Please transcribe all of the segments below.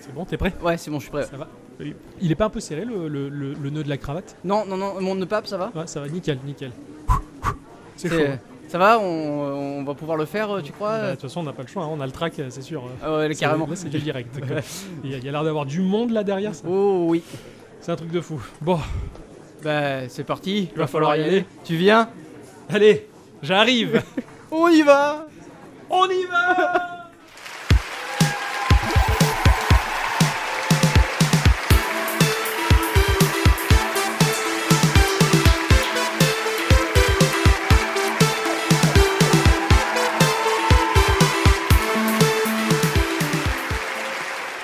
C'est bon, t'es prêt Ouais, c'est bon, je suis prêt. Ça va Il est pas un peu serré le, le- le- le nœud de la cravate Non, non, non, mon nœud pape, ça va Ouais, ça va, nickel, nickel. C'est chaud. C'est- hein. Ça va on, on va pouvoir le faire, euh, tu crois Bah, De toute façon, on n'a pas le choix, hein, on a le track, euh, c'est sûr. euh. Ah ouais, C'est- carrément. Là, c'est du direct. quoi. Il y a, il y a l'air d'avoir du monde là derrière, ça. Oh oui. C'est un truc de fou. Bon, Bah, c'est parti. va falloir y aller. Tu viens allez, j'arrive On y va On y va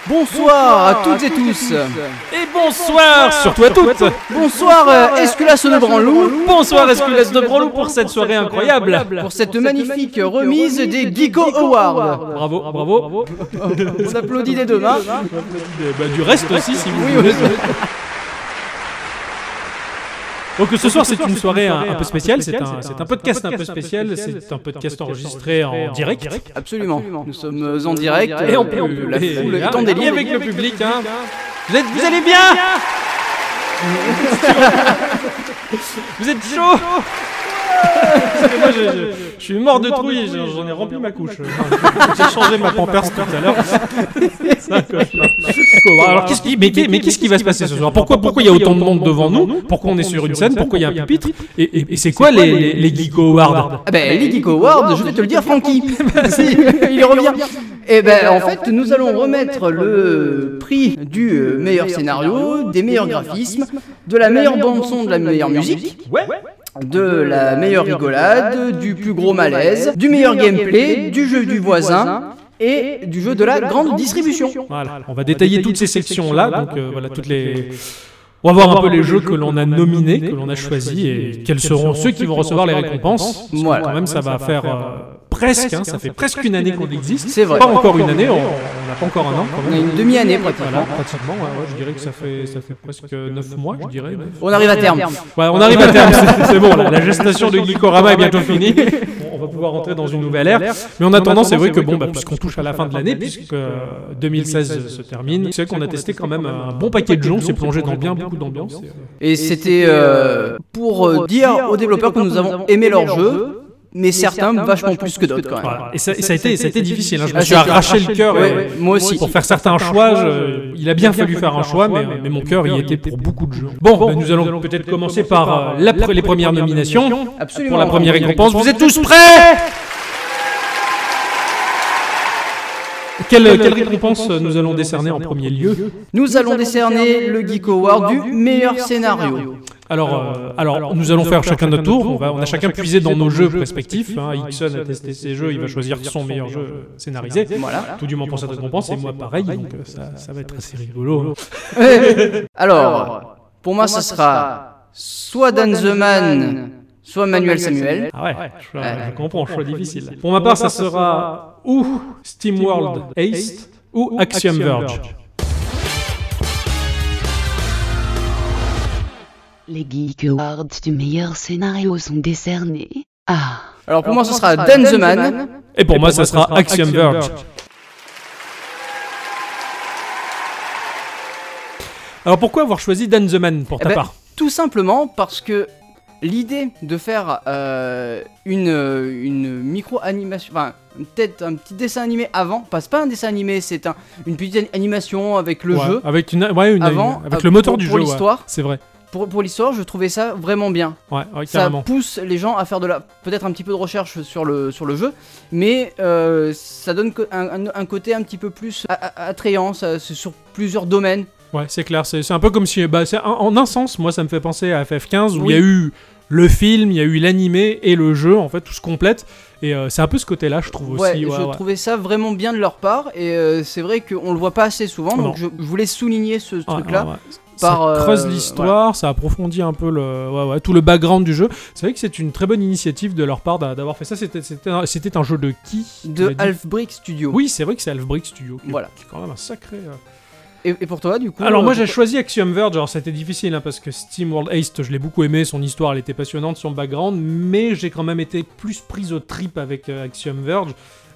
Bonsoir à toutes et tous. Et bonsoir, surtout à toutes Bonsoir, euh, Esculasse de Branlou. Bonsoir Esculasse de Brolou pour cette soirée incroyable Pour cette magnifique remise des Geeko Awards. Bravo, bravo On applaudit des deux mains. Euh, bah, Du reste aussi, si vous Oui, voulez. oui. Donc ce soir, c'est une soirée un un peu spéciale, c'est un c'est un podcast un peu spécial, c'est un podcast enregistré en direct. Absolument. Nous sommes en direct. Et on euh, peut La foule est en en délire. avec le public. hein. Vous, êtes- vous allez bien Vous êtes chaud Parce que Moi, je, je- je suis mort de trouille, j'en j'en ai rempli ma couche. J'ai changé ma pampers tout à l'heure. C'est un cauchemar. Alors, qu'est-ce qui, mais qu'est- mais qu'est-ce qui va se passer ce soir Pourquoi pourquoi il y a autant de monde devant nous Pourquoi on est sur une scène Pourquoi il y a un pupitre Et, et- et c'est quoi les, les, les Geeko Awards Ah ben, les Geeko Awards, je vais te le dire, Francky. Si, il y revient. Et ben, en fait, nous allons remettre le prix du euh, meilleur scénario, des meilleurs graphismes, de la meilleure bande-son, de la meilleure musique, Ouais de la meilleure rigolade, du plus gros malaise, du meilleur gameplay, du jeu du voisin et du jeu de la grande distribution. Voilà, on va détailler toutes ces sections-là. Donc euh, voilà, toutes les. On va voir un peu les jeux que l'on a nominés, que l'on a choisis et quels seront ceux qui vont recevoir les récompenses. Parce que Voilà. Quand même, ça va faire euh, presque, hein, ça fait presque une année qu'on existe. C'est vrai. Pas encore une année, on on n'a pas encore un an quand On a même. une demi-année Voilà, pratiquement. pratiquement, ouais, ouais, je dirais que ça fait, ça fait presque 9 mois, je dirais. neuf. On arrive à terme. Ouais, on arrive à terme, c'est- c'est bon, là, la gestation de Glicorama est bientôt finie. On va pouvoir entrer dans une nouvelle ère. Mais en attendant, c'est vrai que bon, bah, puisqu'on touche à la fin de l'année, puisque euh, 2016 se termine, c'est vrai qu'on a testé quand même un bon paquet de gens, c'est plongé dans bien beaucoup d'ambiance. Et c'était euh, pour euh, dire aux développeurs que nous avons aimé leur jeu, mais certains vachement plus que d'autres quand même. Voilà. Et ça, et ça a été, ça a été difficile. hein. Je me Ah, suis c'est sûr. arraché le cœur. Ouais, et- ouais, moi aussi. Pour faire certains choix, je- il a bien fallu faire un choix, mais, mais mon cœur y était pour beaucoup de jeux. Bon, bah, nous allons peut-être commencer par euh, la pre- les premières nominations. Absolument. Pour la première récompense, vous êtes tous prêts quelle, quelle récompense euh, nous allons décerner en premier lieu Nous allons décerner le Geek Award du meilleur scénario. alors, euh, alors, nous allons faire chacun notre tour. On, va, on a chacun puisé dans nos jeux respectifs. hein. Hickson a testé ses jeux, il va choisir son meilleur jeu scénarisé. Voilà. Tout du moins pour cette récompense, et moi pareil, donc euh, ça, ça va être assez rigolo. Alors, pour moi, ça sera soit Dan The Man, soit Manuel Samuel. Ah ouais, je, je comprends, choix difficile. Pour ma part, ça sera ou Steam World Ace ou Axiom Verge. Les Geek Awards du meilleur scénario sont décernés. Ah. Alors, pour moi, ça sera Dan The Man. Et pour moi, ça sera Axiom Verge. Alors pourquoi avoir choisi Dan the Man pour Eh ta ben, part Tout simplement parce que l'idée de faire euh, une, une micro-animation, enfin, peut-être un petit dessin animé avant, passe pas un dessin animé, c'est un, une petite animation avec le Ouais, jeu. avec une, ouais, une- Avant, une- avec euh, le moteur pour- du pour jeu. ouais. l'histoire. C'est vrai. Pour, pour l'histoire, je trouvais ça vraiment bien. Ouais, ouais, ça carrément. pousse les gens à faire de la peut-être un petit peu de recherche sur le sur le jeu mais euh, ça donne co- un, un- un côté un petit peu plus a- a- attrayant ça- c'est sur plusieurs domaines Ouais, c'est clair. C'est c'est un peu comme si. Bah, c'est un- en un sens, moi, ça me fait penser à FF15 où il Oui. y a eu le film, il y a eu l'animé et le jeu, en fait, tout se complète. Et euh, c'est un peu ce côté-là, je trouve ouais, aussi. ouais, je ouais. trouvais ça vraiment bien de leur part et euh, c'est vrai qu'on le voit pas assez souvent Non. donc je, je voulais souligner ce, ce Ouais, truc là ouais, ouais. par, euh, ça creuse l'histoire, ça approfondit un peu le, ouais, ouais, tout le background du jeu. C'est vrai que c'est une très bonne initiative de leur part d'a- d'avoir fait ça. C'était- C'était un, c'était un jeu de qui tu de l'as dit Half Brick Studio Oui, c'est vrai que c'est Half Brick Studio. qui- Voilà. Qui est quand même un sacré. euh, et, et pour toi du coup Alors euh, moi j'ai choisi Axiom Verge, alors c'était difficile hein, parce que Steam World Heist, je l'ai beaucoup aimé, son histoire elle était passionnante, son background, mais j'ai quand même été plus prise au trip avec euh, Axiom Verge.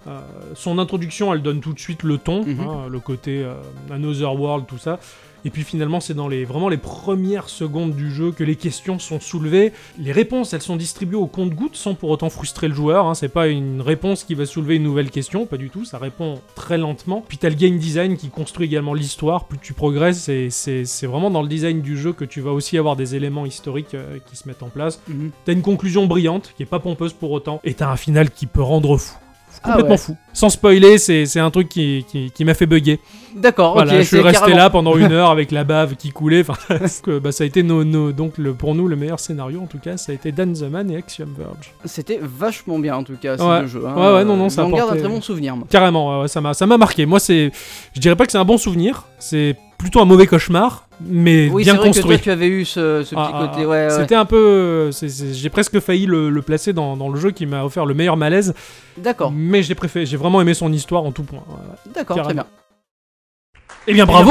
Euh, son introduction, elle donne tout de suite le ton, Mhm. hein, le côté euh, Another World, tout ça. Et puis finalement, c'est dans les vraiment les premières secondes du jeu que les questions sont soulevées. Les réponses, elles sont distribuées au compte-goutte sans pour autant frustrer le joueur. Hein. C'est pas une réponse qui va soulever une nouvelle question, pas du tout. Ça répond très lentement. Puis t'as le game design qui construit également l'histoire. Plus tu progresses, et c'est c'est vraiment dans le design du jeu que tu vas aussi avoir des éléments historiques euh, qui se mettent en place. Mhm. T'as une conclusion brillante, qui est pas pompeuse pour autant, et t'as un final qui peut rendre fou. Ah Complètement ouais. fou. Sans spoiler, c'est c'est un truc qui, qui- qui m'a fait bugger. D'accord, voilà, ok. je suis c'est resté carrément- là pendant une heure avec la bave qui coulait. Enfin, parce que, bah, ça a été nos- nos- donc le, pour nous le meilleur scénario en tout cas, ça a été Dan the Man et Axiom Verge. C'était vachement bien en tout cas, Ouais. ces deux jeux. hein. Ouais, ouais, non, non, ça J'en garde un apportait- très bon souvenir. moi. Carrément, ouais, ouais, ça m'a ça m'a marqué. Moi, c'est, je dirais pas que c'est un bon souvenir, c'est plutôt un mauvais cauchemar, mais Oui, c'est bien vrai que toi, construit. tu avais eu ce, ce petit Ah, ah, côté. ah. ouais, ouais. C'était un peu, c'est- c'est- j'ai presque failli le, le placer dans, dans le jeu qui m'a offert le meilleur malaise, D'accord, mais j'ai préféré, j'ai vraiment aimé son histoire en tout point. Voilà. d'accord, très Carrément. bien. Eh bien, bravo,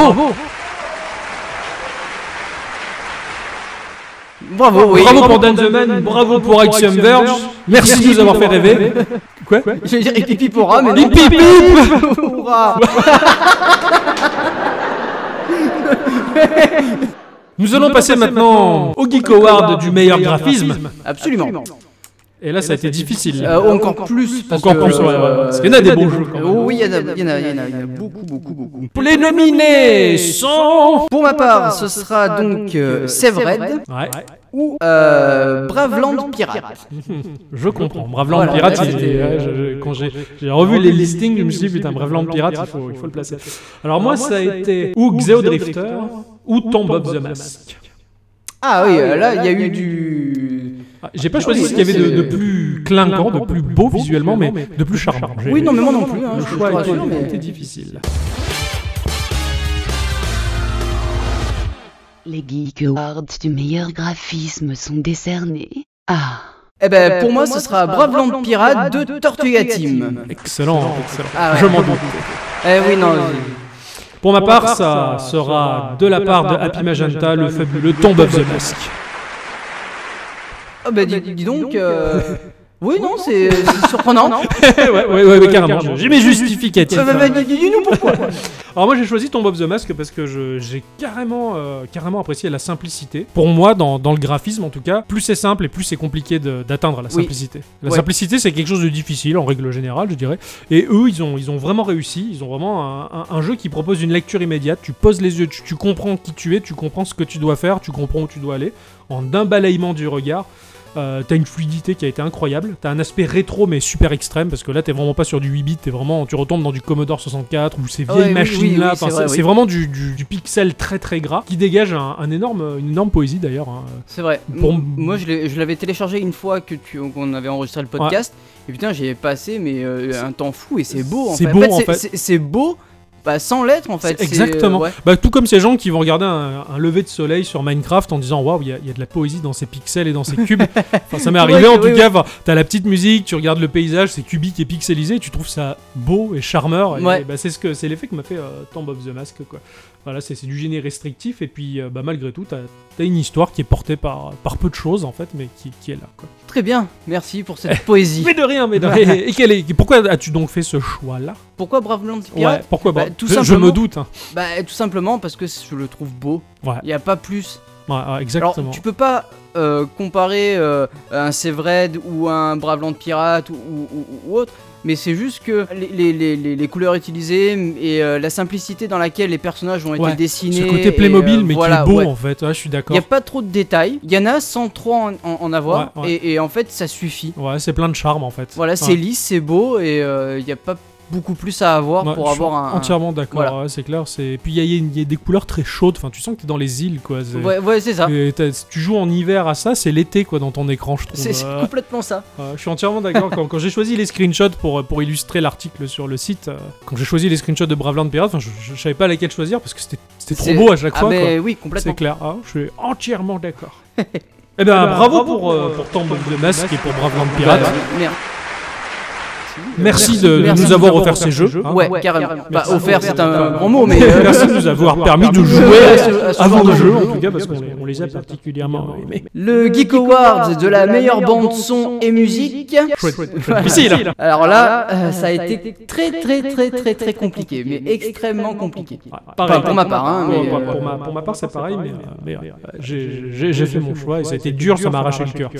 Bravo, oui. Bravo pour Dan the Man, bravo pour Axiom Verge. Merci de nous avoir fait rêver. Quoi J'allais dire, et pipi pour mais non. Pipi, pip Hurrah. Nous allons passer maintenant au Geek Award du meilleur graphisme. Absolument. Et là, ça a été difficile. Euh, encore plus. parce Encore que, plus, ouais, ouais, ouais. euh, Parce qu'il y en a des bons jeux. quand même. Oh, oui, il y en a, il y en a, il y en a- il y en a beaucoup, beaucoup, beaucoup. Les nominés sont. Pour ma part, ce sera donc euh, Severed Ouais, ou euh, Braveland Pirate. je comprends. Braveland Voilà, Pirate, ouais, c'était. ouais, Ah, ouais, je- je- Quand j'ai j'ai revu les listings, je me suis dit, putain, Braveland Pirate, il faut, il faut le placer. Alors, moi, ça a été ou Xeo Drifter ou Tomb of the Mask. Ah oui, euh, là, il y a eu du. Ah, J'ai pas choisi oui, ce qu'il y avait c'est- de, de plus clinquant, de plus beau visuellement, mais de plus charmant. J'ai- Oui, non, mais moi non plus. hein, Le je- je choix te était- rassure, mais- était difficile. Les Geek Awards du meilleur graphisme sont décernés Ah. à Eh ben, pour moi, ce sera Braveland Pirate de Tortuga Team. Excellent, excellent. Ah ouais. Je m'en doute. Eh oui, non. Pour ma part, ça sera de la part de Happy Magenta le fabuleux Tomb of the Mask. Ah bah, dis, dis donc. euh, Oui, non, c'est c'est surprenant. ouais, ouais, ouais, ouais, carrément. J'ai mes justificatifs. Euh, bah, bah, dis- Dis-nous pourquoi. Alors moi j'ai choisi Tomb of the Mask parce que je- j'ai carrément, euh, carrément apprécié la simplicité. Pour moi, dans, dans le graphisme en tout cas, plus c'est simple et plus c'est compliqué de- d'atteindre la Oui. simplicité. La Ouais. simplicité c'est quelque chose de difficile en règle générale je dirais. Et eux ils ont, ils ont vraiment réussi, ils ont vraiment un, un- un jeu qui propose une lecture immédiate. Tu poses les yeux, tu, tu comprends qui tu es, tu comprends ce que tu dois faire, tu comprends où tu dois aller en un balayement du regard. Euh, t'as une fluidité qui a été incroyable, t'as un aspect rétro mais super extrême parce que là t'es vraiment pas sur du 8 bits, t'es vraiment tu retombes dans du Commodore 64 ou ces Ah Ouais, vieilles oui, machines oui, là, oui, Enfin, c'est c'est vrai, oui. c'est vraiment du, du- du pixel très très gras qui dégage un, un énorme, une énorme poésie d'ailleurs. hein. C'est vrai. Pour- M- Moi, je l'ai- je l'avais téléchargé une fois que tu, qu'on avait enregistré le podcast. Et putain, j'y ai passé mais euh, un temps fou et c'est beau. En c'est fait. beau, En fait, en c'est- fait. c'est- C'est beau, bah, sans lettres en fait. C'est C'est- exactement. ouais. Bah, tout comme ces gens qui vont regarder un, un lever de soleil sur Minecraft en disant waouh, il y, a- il y a de la poésie dans ces pixels et dans ces cubes. Enfin, ça m'est arrivé Ouais, en ouais, tout ouais. cas. enfin, T'as la petite musique, tu regardes le paysage, c'est cubique et pixelisé, tu trouves ça beau et charmeur. Et, Ouais. bah, c'est ce que c'est l'effet que m'a fait euh, Tomb of the Mask. Quoi. Voilà, c'est c'est du génie restrictif et puis euh, bah, malgré tout, t'as t'as une histoire qui est portée par, par peu de choses en fait, mais qui, qui est là. Quoi. Très bien. Merci pour cette poésie. Mais de rien, mais de rien. Et, quel est, pourquoi as-tu donc fait ce choix-là Pourquoi Braveland Pirate Ouais, pourquoi pas bah, tout Je- je, simplement- me doute. hein. Bah, tout simplement parce que je le trouve beau. Il Ouais. n'y a pas plus. Ouais, ouais, exactement. Alors, tu peux pas euh, comparer euh, un Sevred ou un Braveland Pirate ou, ou- ou- ou autre, mais c'est juste que les, les- les- les- les couleurs utilisées et euh, la simplicité dans laquelle les personnages ont été Ouais, dessinés. Ce et, côté euh, Playmobil, mais qui voilà, est beau ouais. en fait, Ouais, je suis Il n'y d'accord. a pas trop de détails. Il y en a sans trop en, en- en avoir, Ouais, ouais. Et, et en fait, ça suffit. Ouais, c'est plein de charme en fait. Voilà, c'est Ouais. lisse, c'est beau, et euh, il n'y a pas beaucoup plus à avoir Ouais, pour je avoir suis un. un- Entièrement d'accord, Voilà. ouais, c'est clair. c'est- Puis il y, a- il y a une- il y a des couleurs très chaudes, enfin, tu sens que t'es dans les îles quoi. c'est- Ouais, ouais, c'est ça. et t'as- si tu joues en hiver à ça, c'est l'été quoi dans ton écran, je trouve. C'est c'est Euh, complètement ça. euh, je suis entièrement d'accord. quand quand j'ai choisi les screenshots pour, euh, pour illustrer l'article sur le site, euh, quand j'ai choisi les screenshots de Braveland Pirate, enfin, je, je- je savais pas laquelle choisir parce que c'était c'était trop C'est- beau à chaque Ah, fois. quoi. mais oui, complètement. ben, C'est clair, hein, je suis entièrement d'accord. Eh euh, Ah, ben, bravo, pour, euh, pour Tomb of the Mask et pour Braveland Pirate. Merde. Merci de, de Merci nous avoir offert ces jeux. hein. Ouais, carrément. Bah, Merci. offert, c'est un Enfin, grand mot, mais. euh, Merci de nous avoir permis de jouer jouer à à ce- à ce avant genre le de jeu, jeu, en tout cas, parce qu'on les- on les a particulièrement aimés. Le Geek Awards de la meilleure bande son et musique. Mais si, là Alors là, euh, ça a été très très très très très compliqué, mais extrêmement compliqué. Pareil, pour ma part, hein, pour, mais, pour- euh, pour ma, pour ma part, c'est pareil, mais, euh, mais, euh, j'ai- j'ai j'ai fait mon choix et ça a été dur, ça m'a arraché le cœur.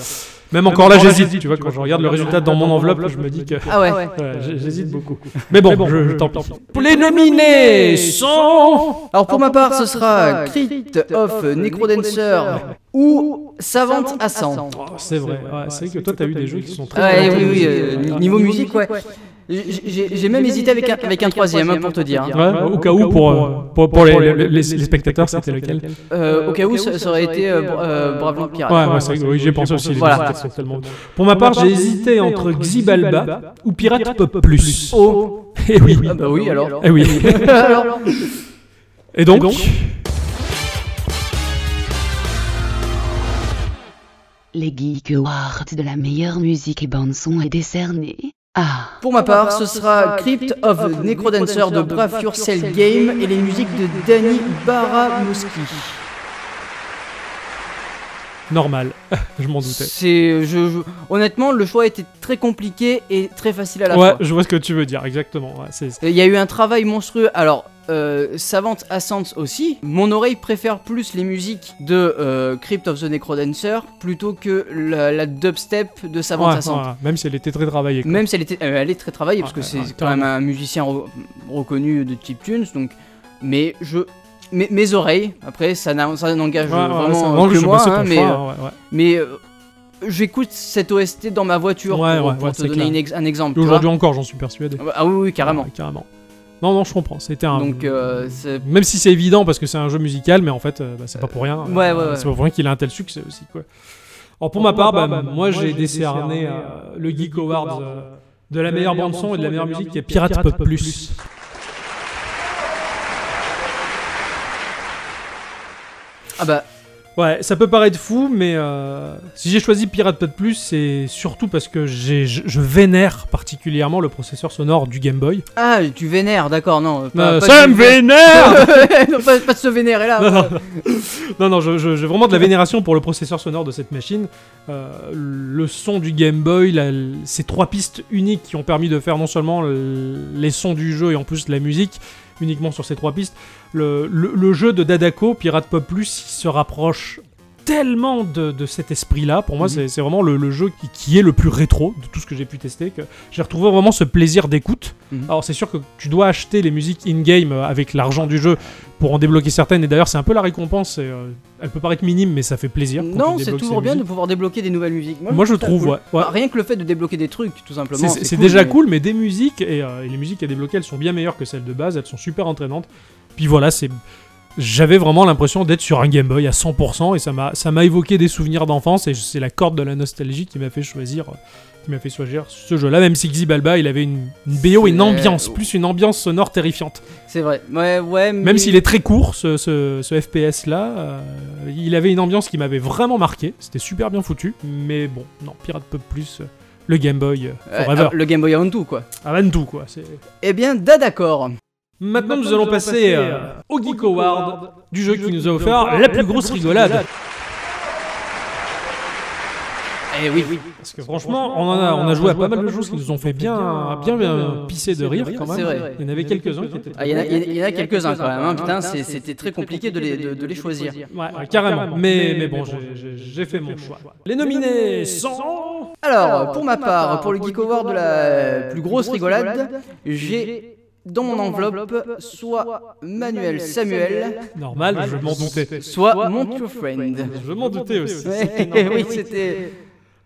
Même encore là, j'hésite, tu vois, quand je regarde le résultat dans mon enveloppe, je me dis que. Ah ouais. Ouais, j'ai- J'hésite beaucoup. Mais bon, je, je- tant pis. Les nominés sont. Alors pour ma part, ce sera Crit of euh, Necrodancer ou Savante à 100. C'est vrai, ouais, c'est vrai que toi, t'as eu des jeux qui sont très. Ouais, oui, talentueux. oui, euh, ni- niveau musique, ouais. J'ai- J'ai j'ai même hésité avec un, avec un troisième, hein, pour te dire. Ouais, au cas où, pour, euh, pour, pour les, les- les- les spectateurs, c'était lequel Ouais, Euh, au cas où, ça, ça aurait été euh, Bra- euh, Brave Land Pirate. ouais, c'est vrai que- oui, j'ai pensé aussi. les Voilà. spectateurs sont tellement- Pour ma part, j'ai hésité entre Xibalba ou Pirate Pop Plus. Oh Eh oui Ah bah oui, alors. Eh oui Alors, Et donc Les Geek Awards de la meilleure musique et bande-son est Ah. décerné à pour ma part, ce sera Crypt of Necrodancer de Brave Yourself Game et les musiques de Danny Baramouski. Normal, je m'en doutais. C'est, je, je- honnêtement, le choix était très compliqué et très facile à la Ouais, fois. je vois ce que tu veux dire, exactement. ouais, c'est- Il y a eu un travail monstrueux. Alors, euh, Savante Ascent aussi. Mon oreille préfère plus les musiques de euh, Crypt of the Necrodancer plutôt que la, la dubstep de Savante Ouais, Ascent. ouais, même si elle était très travaillée. quoi. Même si elle, était, euh, elle est très travaillée, parce Ouais, que c'est ouais, quand même un musicien re- reconnu de Cheap Tunes, donc. Mais je. Mes, mes oreilles, après, ça n'a- ça n'engage Ouais, ouais, ça vraiment arrange, que je moi, bossais hein, ton mais. choix, euh, ouais, ouais. mais euh, j'écoute cette OST dans ma voiture Ouais, pour, ouais, pour ouais, te c'est donner clair. une ex- un exemple. Et tu Aujourd'hui encore, j'en suis persuadé. vois. Ah oui, oui, carrément. Ouais, carrément. Non, non, je comprends. C'était un. Donc, euh, c'est- Même si c'est évident parce que c'est un jeu musical, mais en fait, euh, bah, c'est pas pour rien. ouais, ouais, euh, ouais. C'est pas pour rien qu'il a un tel succès aussi, quoi. Alors pour ma part, bah, moi j'ai décerné euh, le Geek Awards euh, de la meilleure bande son et de la meilleure musique qui est Pirate Pop Plus. ah bah, Ouais, ça peut paraître fou, mais euh, si j'ai choisi Pirate Pod Plus, c'est surtout parce que j'ai- je, je vénère particulièrement le processeur sonore du Game Boy. ah, tu vénères, d'accord, non. pas- Euh, pas ça de- me vénère Non, pas, pas de se vénérer là. Non, non, non, non, je- je- j'ai vraiment de la vénération pour le processeur sonore de cette machine. Euh, le son du Game Boy, la- ces trois pistes uniques qui ont permis de faire non seulement le- les sons du jeu et en plus la musique uniquement sur ces trois pistes. Le, le- le jeu de Dadako, Pirate Pop Plus, il se rapproche tellement de, de cet esprit-là. Pour moi, Mhm. c'est- c'est vraiment le, le jeu qui, qui est le plus rétro de tout ce que j'ai pu tester. Que j'ai retrouvé vraiment ce plaisir d'écoute. Mhm. Alors, c'est sûr que tu dois acheter les musiques in-game euh, avec l'argent du jeu pour en débloquer certaines. Et d'ailleurs, c'est un peu la récompense. et, euh, elle peut paraître minime, mais ça fait plaisir. quand Non, tu c'est débloques ces toujours bien de musiques. pouvoir débloquer des nouvelles musiques. Moi, je ça trouve, cool. ouais. ouais. Bah, rien que le fait de débloquer des trucs, tout simplement. C'est- C'est c'est cool, déjà mais- cool, mais des musiques et, euh, et les musiques à débloquer, elles sont bien meilleures que celles de base. Elles sont super entraînantes. Puis voilà, c'est. J'avais vraiment l'impression d'être sur un Game Boy à 100% et ça m'a ça m'a évoqué des souvenirs d'enfance et c'est la corde de la nostalgie qui m'a fait choisir euh, qui m'a fait choisir ce jeu-là même si Xibalba il avait une, une BO et une C'est- ambiance plus une ambiance sonore terrifiante C'est vrai. Ouais, ouais. Mais... même s'il est très court ce, ce- ce FPS là euh, il avait une ambiance qui m'avait vraiment marqué c'était super bien foutu mais bon non Pirate Pop Plus euh, le Game Boy euh, Euh, Forever ah, le Game Boy avant tout, quoi. avant tout quoi c'est Eh bien, d'accord. Maintenant, nous allons passer euh, au Geek Award du jeu qui nous a offert la plus grosse rigolade. Eh oui. Parce que franchement, on, en a, on a joué à pas mal de choses qui nous ont fait bien, bien, bien pisser de rire quand C'est vrai. même. Il y en avait quelques-uns qui étaient. Ah, Il y en a- il y en a, quelques-uns quand même. hein. Putain, c'est- c'était très compliqué de les, de- de les choisir. Ouais, ouais, Ah, carrément. Mais, mais bon, j'ai- j'ai j'ai fait mon choix. Les nominés sont. Alors, pour ma part, pour le Geek Award de la plus grosse rigolade, j'ai dans mon enveloppe soit Manuel Samuel, Normal, je m'en doutais. soit Mont Your Friend. Je m'en doutais aussi. Eh oui, c'était.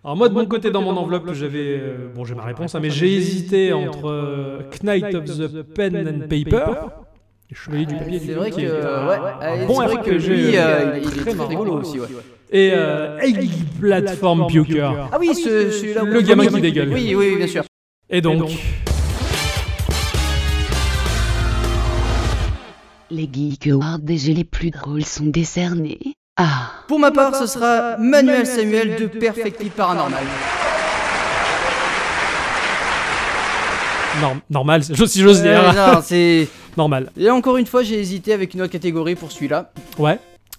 Alors moi de mon côté dans mon enveloppe j'avais euh, bon j'ai ma réponse hein, mais j'ai hésité entre euh, Knight of the Pen and Paper et Chevalier du papier et du C'est vrai que, papier, euh, euh, ouais, allez, bon c'est vrai que RPG, lui, euh, euh, il est très rigolo aussi. ouais. et euh, Egg Platform Puker Ah oui, ce- celui-là. où- Le gamin qui dégueule. Oui, oui, bien sûr. et donc Les Geek Awards des jeux les plus drôles sont décernés Ah. à Pour ma part, ce sera Manuel Samuel de Perfectly Paranormal. Norm- normal, c'est- si j'ose dire. Euh, non, c'est. Normal. Et encore une fois, j'ai hésité avec une autre catégorie pour celui-là. Ouais,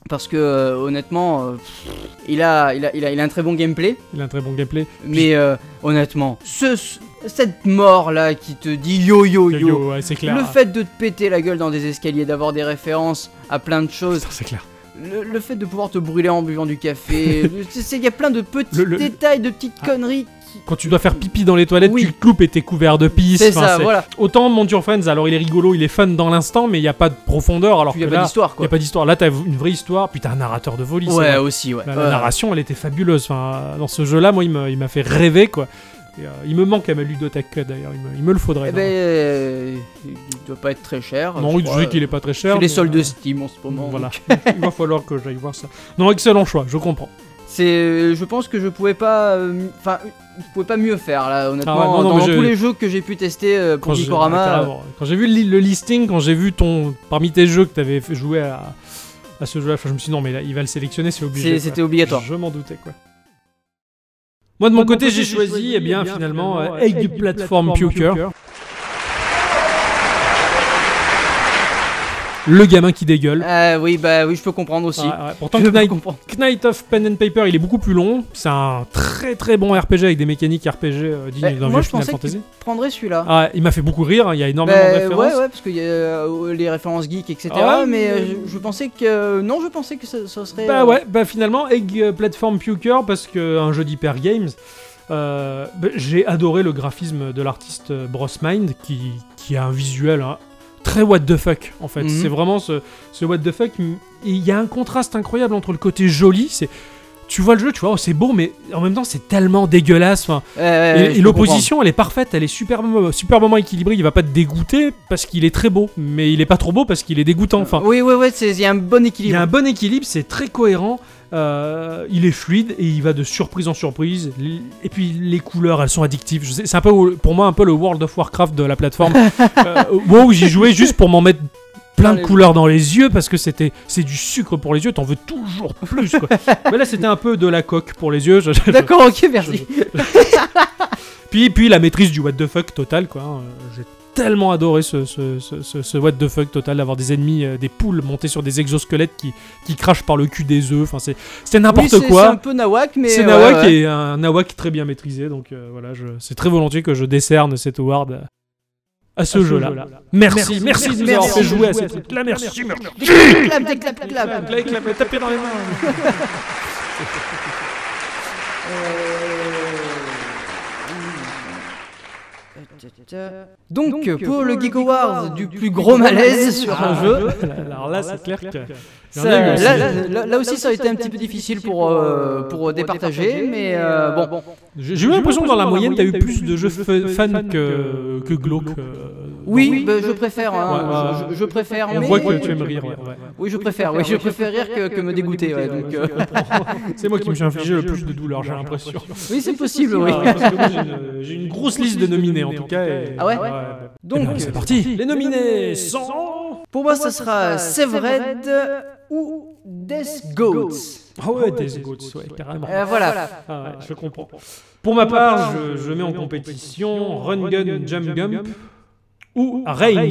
Parce que, euh, honnêtement, euh, pff, il, a, il, a, il, a, il a un très bon gameplay. il a un très bon gameplay. Mais euh, honnêtement, ce, ce- cette mort-là qui te dit yo yo yo. Yo-yo, ouais, c'est clair. Le fait de te péter la gueule dans des escaliers, d'avoir des références à plein de choses, Putain, c'est clair. le, le fait de pouvoir te brûler en buvant du café, le- c'est- c'est- il y a plein de petits Le- le- détails, de petites Ah. conneries. qui- Quand tu dois faire pipi dans les toilettes, Oui. tu le coupes et t'es couvert de pisse. C'est Enfin, ça, c'est- voilà. Autant Monture Friends, alors il est rigolo, il est fun dans l'instant, mais il n'y a pas de profondeur. Alors Puis que il y a pas là, d'histoire il n'y quoi. a pas d'histoire. Là, t'as une vraie histoire. Puis t'as un narrateur de folie. c'est Ouais, vrai. aussi, ouais. La, Ouais. la narration, elle était fabuleuse. Enfin, dans ce jeu-là, moi, il me- il m'a fait rêver, quoi. Et, euh, il me manque à ma ludothèque, d'ailleurs. Il me, il me le faudrait. Eh ben, euh, il doit pas être très cher. non, je il crois. disait qu'il est pas très C'est cher. les mais, soldes euh, de Steam en ce moment. Voilà. il va falloir que j'aille voir ça. Non, excellent choix, je comprends. C'est, euh, je pense que je pouvais pas, euh, enfin, je pouvais pas mieux faire là, honnêtement. Ah ouais, non, non, dans mais je- tous les jeux que j'ai pu tester euh, pour j'ai- Dicorama, euh, carrément. Quand j'ai vu le, li- le listing, quand j'ai vu ton parmi tes jeux que t'avais fait jouer à, à ce jeu-là, enfin, je me suis dit non, mais là, il va le sélectionner, c'est obligé. euh, c'est- quoi. c'était obligatoire. Je m'en doutais quoi. Moi de mon côté, j'ai choisi, eh bien finalement, euh, Egg, Platform, Puker. Le gamin qui dégueule. Ah, Ah oui, bah oui, je peux comprendre aussi. Ouais, ouais. Pourtant, je peux Knight, comprendre. Knight of Pen and Paper, il est beaucoup plus long. C'est un très très bon RPG avec des mécaniques RPG euh, dignes Eh, d'un moi, vieux je Final pensais que- Fantasy. Prendrais celui-là. Ah, il m'a fait beaucoup rire, hein, il y a énormément Bah, de ouais, références. ouais, parce qu'il y a euh, les références geeks, etc. Ah ouais, mais mais- euh, je, je pensais que non, je pensais que ça, ça serait. Bah euh, ouais, bah finalement, Egg euh, Platform Puker, parce qu'un jeu d'hyper games, euh, bah, j'ai adoré le graphisme de l'artiste euh, Brossmind, qui, qui a un visuel hein, très what the fuck, en fait. Mhm. C'est vraiment ce, ce what the fuck. m- et Il y a un contraste incroyable entre le côté joli, c'est... Tu vois le jeu, tu vois, oh, c'est beau, mais en même temps, c'est tellement dégueulasse. enfin, ouais, euh, ouais, et- ouais, je et peux l'opposition, elle est parfaite, elle est superbement, superbement équilibrée. Il va pas te dégoûter parce qu'il est très beau, mais il est pas trop beau parce qu'il est dégoûtant. comprendre. Enfin, Oui, oui, oui, c'est- il y a un bon il y a équilibre. un bon équilibre, c'est très cohérent, euh, il est fluide et il va de surprise en surprise. L- Et puis les couleurs, elles sont addictives. Je sais- C'est un peu pour moi un peu le World of Warcraft de la plateforme. euh, wow, j'y jouais juste pour m'en mettre plein Dans de les- couleurs dans les yeux parce que c'était c'est du sucre pour les yeux, t'en veux toujours plus quoi. Mais là c'était un peu de la coque pour les yeux. Je- je- D'accord, ok, merci. puis, puis la maîtrise du what the fuck total, quoi. hein. J'ai tellement adoré ce, ce, ce- ce- ce what the fuck total, d'avoir des ennemis, euh, des poules montées sur des exosquelettes qui, qui crachent par le cul des œufs. Enfin, c'est c'est n'importe Oui, c'est- C'est un quoi. peu nawak, mais. C'est ouais, Nawak ouais. et un Nawak très bien maîtrisé, donc euh, voilà, je- c'est très volontiers que je décerne cet award à- à ce, jeu-là. Merci, merci, de nous merci, avoir fait merci, jouer à cette truc-là, merci, merci. Clap, clap, clap, clap. Clac, clac, clac, tapez dans les mains. Donc, pour le Geek Awards du plus gros malaise sur un Ah, jeu, Alors là, c'est clair que... ça- j'en ai eu là, aussi. là- là- là aussi ça a été un petit peu difficile pour, euh, pour départager, mais euh, bon. J'ai j'ai eu l'impression que dans la moyenne, t'as eu plus de jeux fa- fans que, que glauques. euh, Oui, bah, je préfère, hein, Ouais, je- ouais. je, je préfère, On mais- voit que tu aimes rire. ouais, ouais. Oui, je préfère, oui, je préfère rire que, que me dégoûter, ouais, donc... euh, C'est moi qui me suis infligé le plus de douleur, j'ai l'impression. Oui, c'est possible, oui. Ah, parce que moi, j'ai une- J'ai une grosse liste de nominés en tout cas. et- Ah ouais Eh Donc, ben, C'est parti. Les nominés sont. pour moi, ça sera Severed ou Death Goats. Ah ouais, des Goats, ouais, carrément. Euh, voilà. Ah ouais, je comprends. Pour ma part, je, je mets en compétition Run Gun Jump Gump Ah, ou Reigns.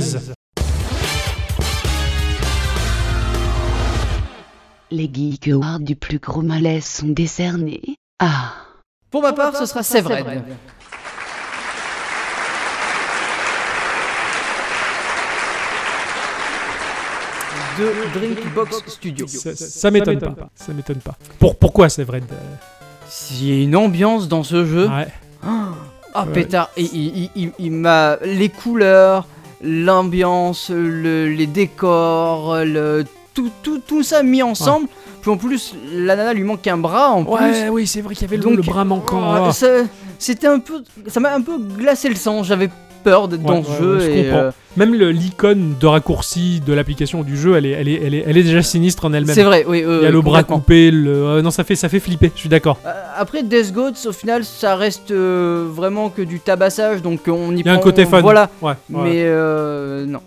Les Geek Awards du plus gros malaise sont décernés Ah. à Pour ma part, ce sera Severed. De Drinkbox Studio. Ça, ça m'étonne pas. Ça m'étonne pas. Pour, pourquoi c'est vrai de- S'il y a une ambiance dans ce jeu, Ouais. ah ouais. pétard, il, il- il- il- il m'a les couleurs, l'ambiance, le- les décors, le, tout, tout, tout ça mis ensemble. Puis en plus, la nana lui manque un bras en plus. Ouais, oui, c'est vrai qu'il y avait le- Donc, le bras manquant. Oh, ah. ça- C'était un peu, ça m'a un peu glacé le sang. J'avais peur d'être Ouais, dans ce ouais, jeu ouais, je et comprends. euh, Même le- l'icône de raccourci de l'application du jeu, elle est, elle est, elle est, elle est déjà sinistre en c'est elle-même. vrai. Oui, euh, Il y a le bras complètement. coupé, le... euh, non, ça fait, ça fait flipper, je suis d'accord. Euh, Après Death Goats, au final, ça reste euh, vraiment que du tabassage, donc on y. Il y a un prend- côté fun. Voilà, Ouais, ouais. mais euh, non.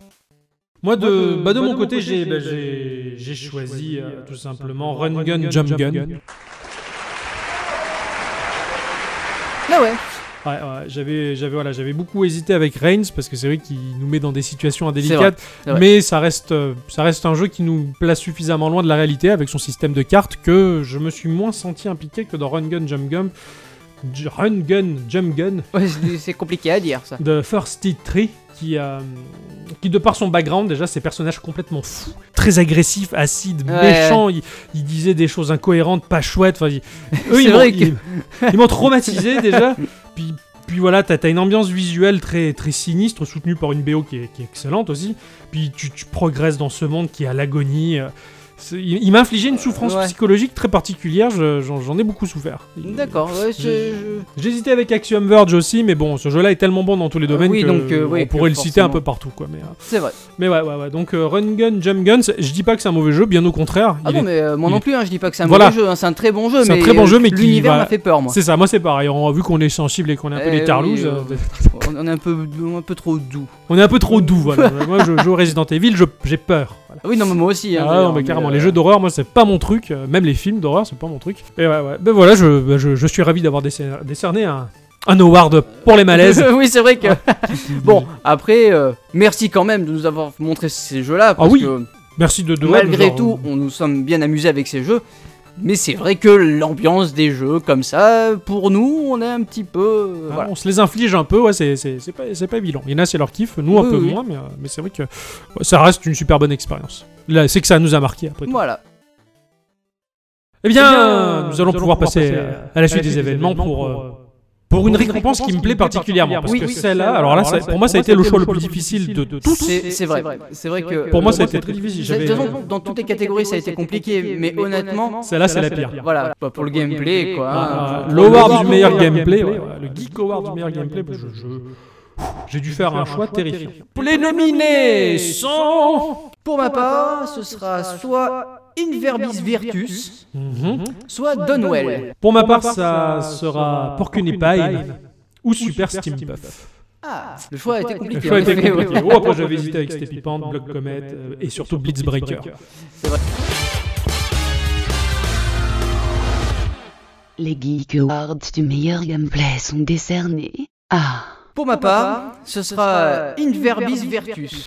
Moi, de, bah, de mon côté, j'ai bah, j'ai- j'ai choisi euh, tout simplement Run Gun Jump Gun. Là Ah ouais. Ouais, ouais, j'avais, j'avais, voilà, j'avais beaucoup hésité avec Reigns parce que c'est vrai qu'il nous met dans des situations indélicates, c'est vrai. mais ça reste, euh, ça reste un jeu qui nous place suffisamment loin de la réalité avec son système de cartes que je me suis moins senti impliqué que dans Run Gun Jump Gun, J- Run Gun Jump Gun Ouais, c'est- c'est compliqué à dire ça. de First Hit Tree qui, euh, qui de par son background déjà ces personnages complètement fous très agressifs acides Ouais, méchants ils, ils disaient des choses incohérentes pas chouettes enfin, ils- eux C'est ils m'ont- vrai que- ils- ils m'ont traumatisé déjà puis puis voilà, t'as t'as une ambiance visuelle très, très sinistre, soutenue par une BO qui est, qui est excellente aussi. Puis tu, tu progresses dans ce monde qui est à l'agonie. euh, c'est- Il, il m'a infligé une souffrance Ouais. psychologique très particulière, je- j'en j'en ai beaucoup souffert. D'accord, ouais, je- je- J'hésitais avec Axiom Verge aussi, mais bon, ce jeu-là est tellement bon dans tous les Euh, domaines oui, que donc, euh, oui, on que pourrait le citer un forcément. peu partout, quoi. Mais, euh, c'est vrai. mais ouais, ouais, ouais. Donc euh, Run Gun, Jump Guns, je dis pas que c'est un mauvais jeu, bien au contraire. Ah il non, est- mais euh, moi il non est- plus, hein, je dis pas que c'est un Voilà. mauvais jeu, hein, c'est un très bon jeu, C'est un mais très bon jeu, euh, mais qui l'univers va- m'a fait peur, moi. C'est ça, moi c'est pareil. On a vu qu'on est sensible et qu'on est un peu Euh, des oui, tarlouses. euh, euh, On est un peu, un peu trop doux. on est un peu trop doux, voilà. moi je joue au Resident Evil, je- j'ai peur. voilà. Ah oui, non, mais moi aussi. hein, Ah non, d'ailleurs, mais carrément, euh, les jeux d'horreur, moi c'est pas mon truc, euh, même les films d'horreur, c'est pas mon truc. Et ouais, ouais. Ben voilà, je, ben, je, je suis ravi d'avoir décer- décerné un, un award pour les malaises. oui, c'est vrai que. bon, après, euh, merci quand même de nous avoir montré ces jeux-là. Parce Ah oui, que Merci de de- malgré genre, tout, on nous sommes bien amusés avec ces jeux. Mais c'est vrai que l'ambiance des jeux comme ça, pour nous, on est un petit peu. euh, Ah, voilà. On se les inflige un peu, ouais, c'est, c'est, c'est pas, c'est pas évident. Il y en a, c'est leur kiff, nous un Oui, peu oui. moins, mais, euh, mais c'est vrai que ouais, ça reste une super bonne expérience. Là, c'est que ça nous a marqué après tout. Voilà. Eh bien, nous allons pouvoir passer euh, à la suite des événements pour. euh, Pour une récompense qui me plaît particulièrement, parce Oui, que oui. celle-là, alors là, ça- pour moi, ça a été le choix le plus difficile de de tous. C'est c'est vrai. C'est vrai que. Pour moi, euh, ça a été très difficile. de j'avais- toute façon, dans toutes les catégories, ça a été compliqué. Mais honnêtement, Celle-là, c'est la pire. voilà, pas pour le gameplay, quoi. Ah, hein, ah, pour le L'award gameplay. du meilleur gameplay, ouais, ouais, le Geek Award du meilleur gameplay, bah, je- je- j'ai dû faire un choix terrifiant. Les nominés sont... Pour ma part, ce sera soit Inverbis Virtus, Mhm. soit Donwell. Pour ma part, ça sera Porcupine Pie ou Super Steam Puff. Ah, le choix a été compliqué. hein. Le choix en était effet, compliqué. ouais, ouais. Oh, après, j'avais hésité avec Steppy Pant, Block Comet euh, et surtout Blitzbreaker. Les Geek Awards du meilleur gameplay sont décernés Ah. à Pour ma part, ce sera Inverbis Virtus.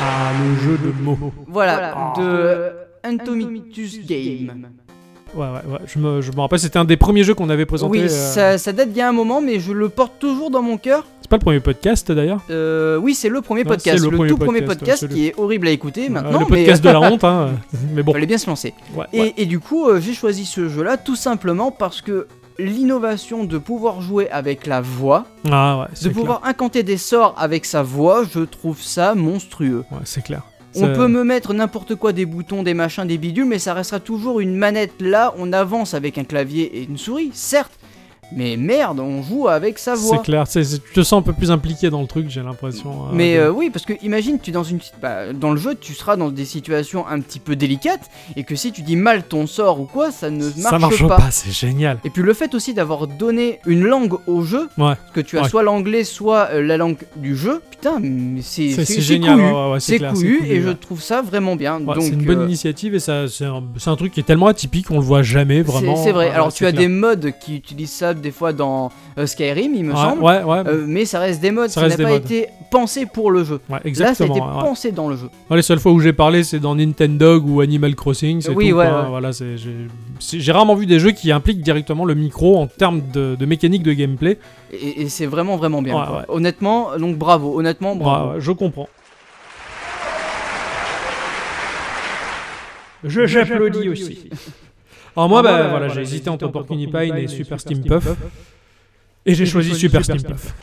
Ah, le jeu de mots. Voilà, de Antomitus Game. Ouais, ouais, ouais, je me, je me rappelle, c'était un des premiers jeux qu'on avait présenté. euh, Oui, ça, ça date d'il y a un moment, mais je le porte toujours dans mon cœur. C'est pas le premier podcast d'ailleurs Euh, oui, c'est le premier Non, podcast, c'est le le, premier tout premier podcast, podcast ouais, c'est qui est horrible à écouter maintenant, Euh, Le mais podcast de la honte, hein. Mais bon, fallait bien se lancer. ouais, Et, ouais. et du coup, euh, j'ai choisi ce jeu-là tout simplement parce que l'innovation de pouvoir jouer avec la voix, Ah, ouais, de c'est clair. pouvoir incanter des sorts avec sa voix, je trouve ça monstrueux. Ouais, c'est clair. On Ça- peut me mettre n'importe quoi, des boutons, des machins, des bidules, mais ça restera toujours une manette là, on avance avec un clavier et une souris, certes, mais merde, on joue avec sa voix. C'est clair, c'est- c'est- tu te sens un peu plus impliqué dans le truc, j'ai l'impression. euh, Mais de- euh, oui, parce que imagine, tu es dans une, bah, dans le jeu, tu seras dans des situations un petit peu délicates et que si tu dis mal ton sort ou quoi, ça ne marche, ça marche pas, pas. c'est génial. Et puis le fait aussi d'avoir donné une langue au jeu, Ouais. parce que tu as Ouais. soit l'anglais, soit euh, la langue du jeu, putain, mais c'est C'est c'est- c'est c'est génial, couillu. ouais, ouais, ouais, c'est C'est clair, couillu, et ouais. je trouve ça vraiment bien. Ouais, Donc c'est une bonne euh, initiative et ça, c'est un, c'est un truc qui est tellement atypique, on le voit jamais c'est- vraiment. c'est vrai. Ouais, Alors ouais, tu c'est as des clair. mods qui utilisent ça des fois dans euh, Skyrim, il me Ouais, semble. ouais, ouais, Euh, mais ça reste des mods, Ça ça, reste n'a des mods. pas été pensé pour le jeu. ouais, Là, ça a exactement. été ouais, ouais. pensé dans le jeu. Ouais, les seules fois où j'ai parlé, c'est dans Nintendo ou Animal Crossing, c'est Oui, tout. ouais, quoi. ouais. Voilà, c'est- j'ai c'est- j'ai rarement vu des jeux qui impliquent directement le micro en termes de, de mécanique de gameplay. Et, et c'est vraiment vraiment bien. Ouais, quoi. ouais. Honnêtement, donc bravo, honnêtement bravo. Ouais, ouais, Bah, je comprends. Je j'applaudis aussi. Alors moi, bah, voilà, j'ai hésité entre Porcupine Pine et Super Steam Puff, et j'ai choisi Super Steam Puff.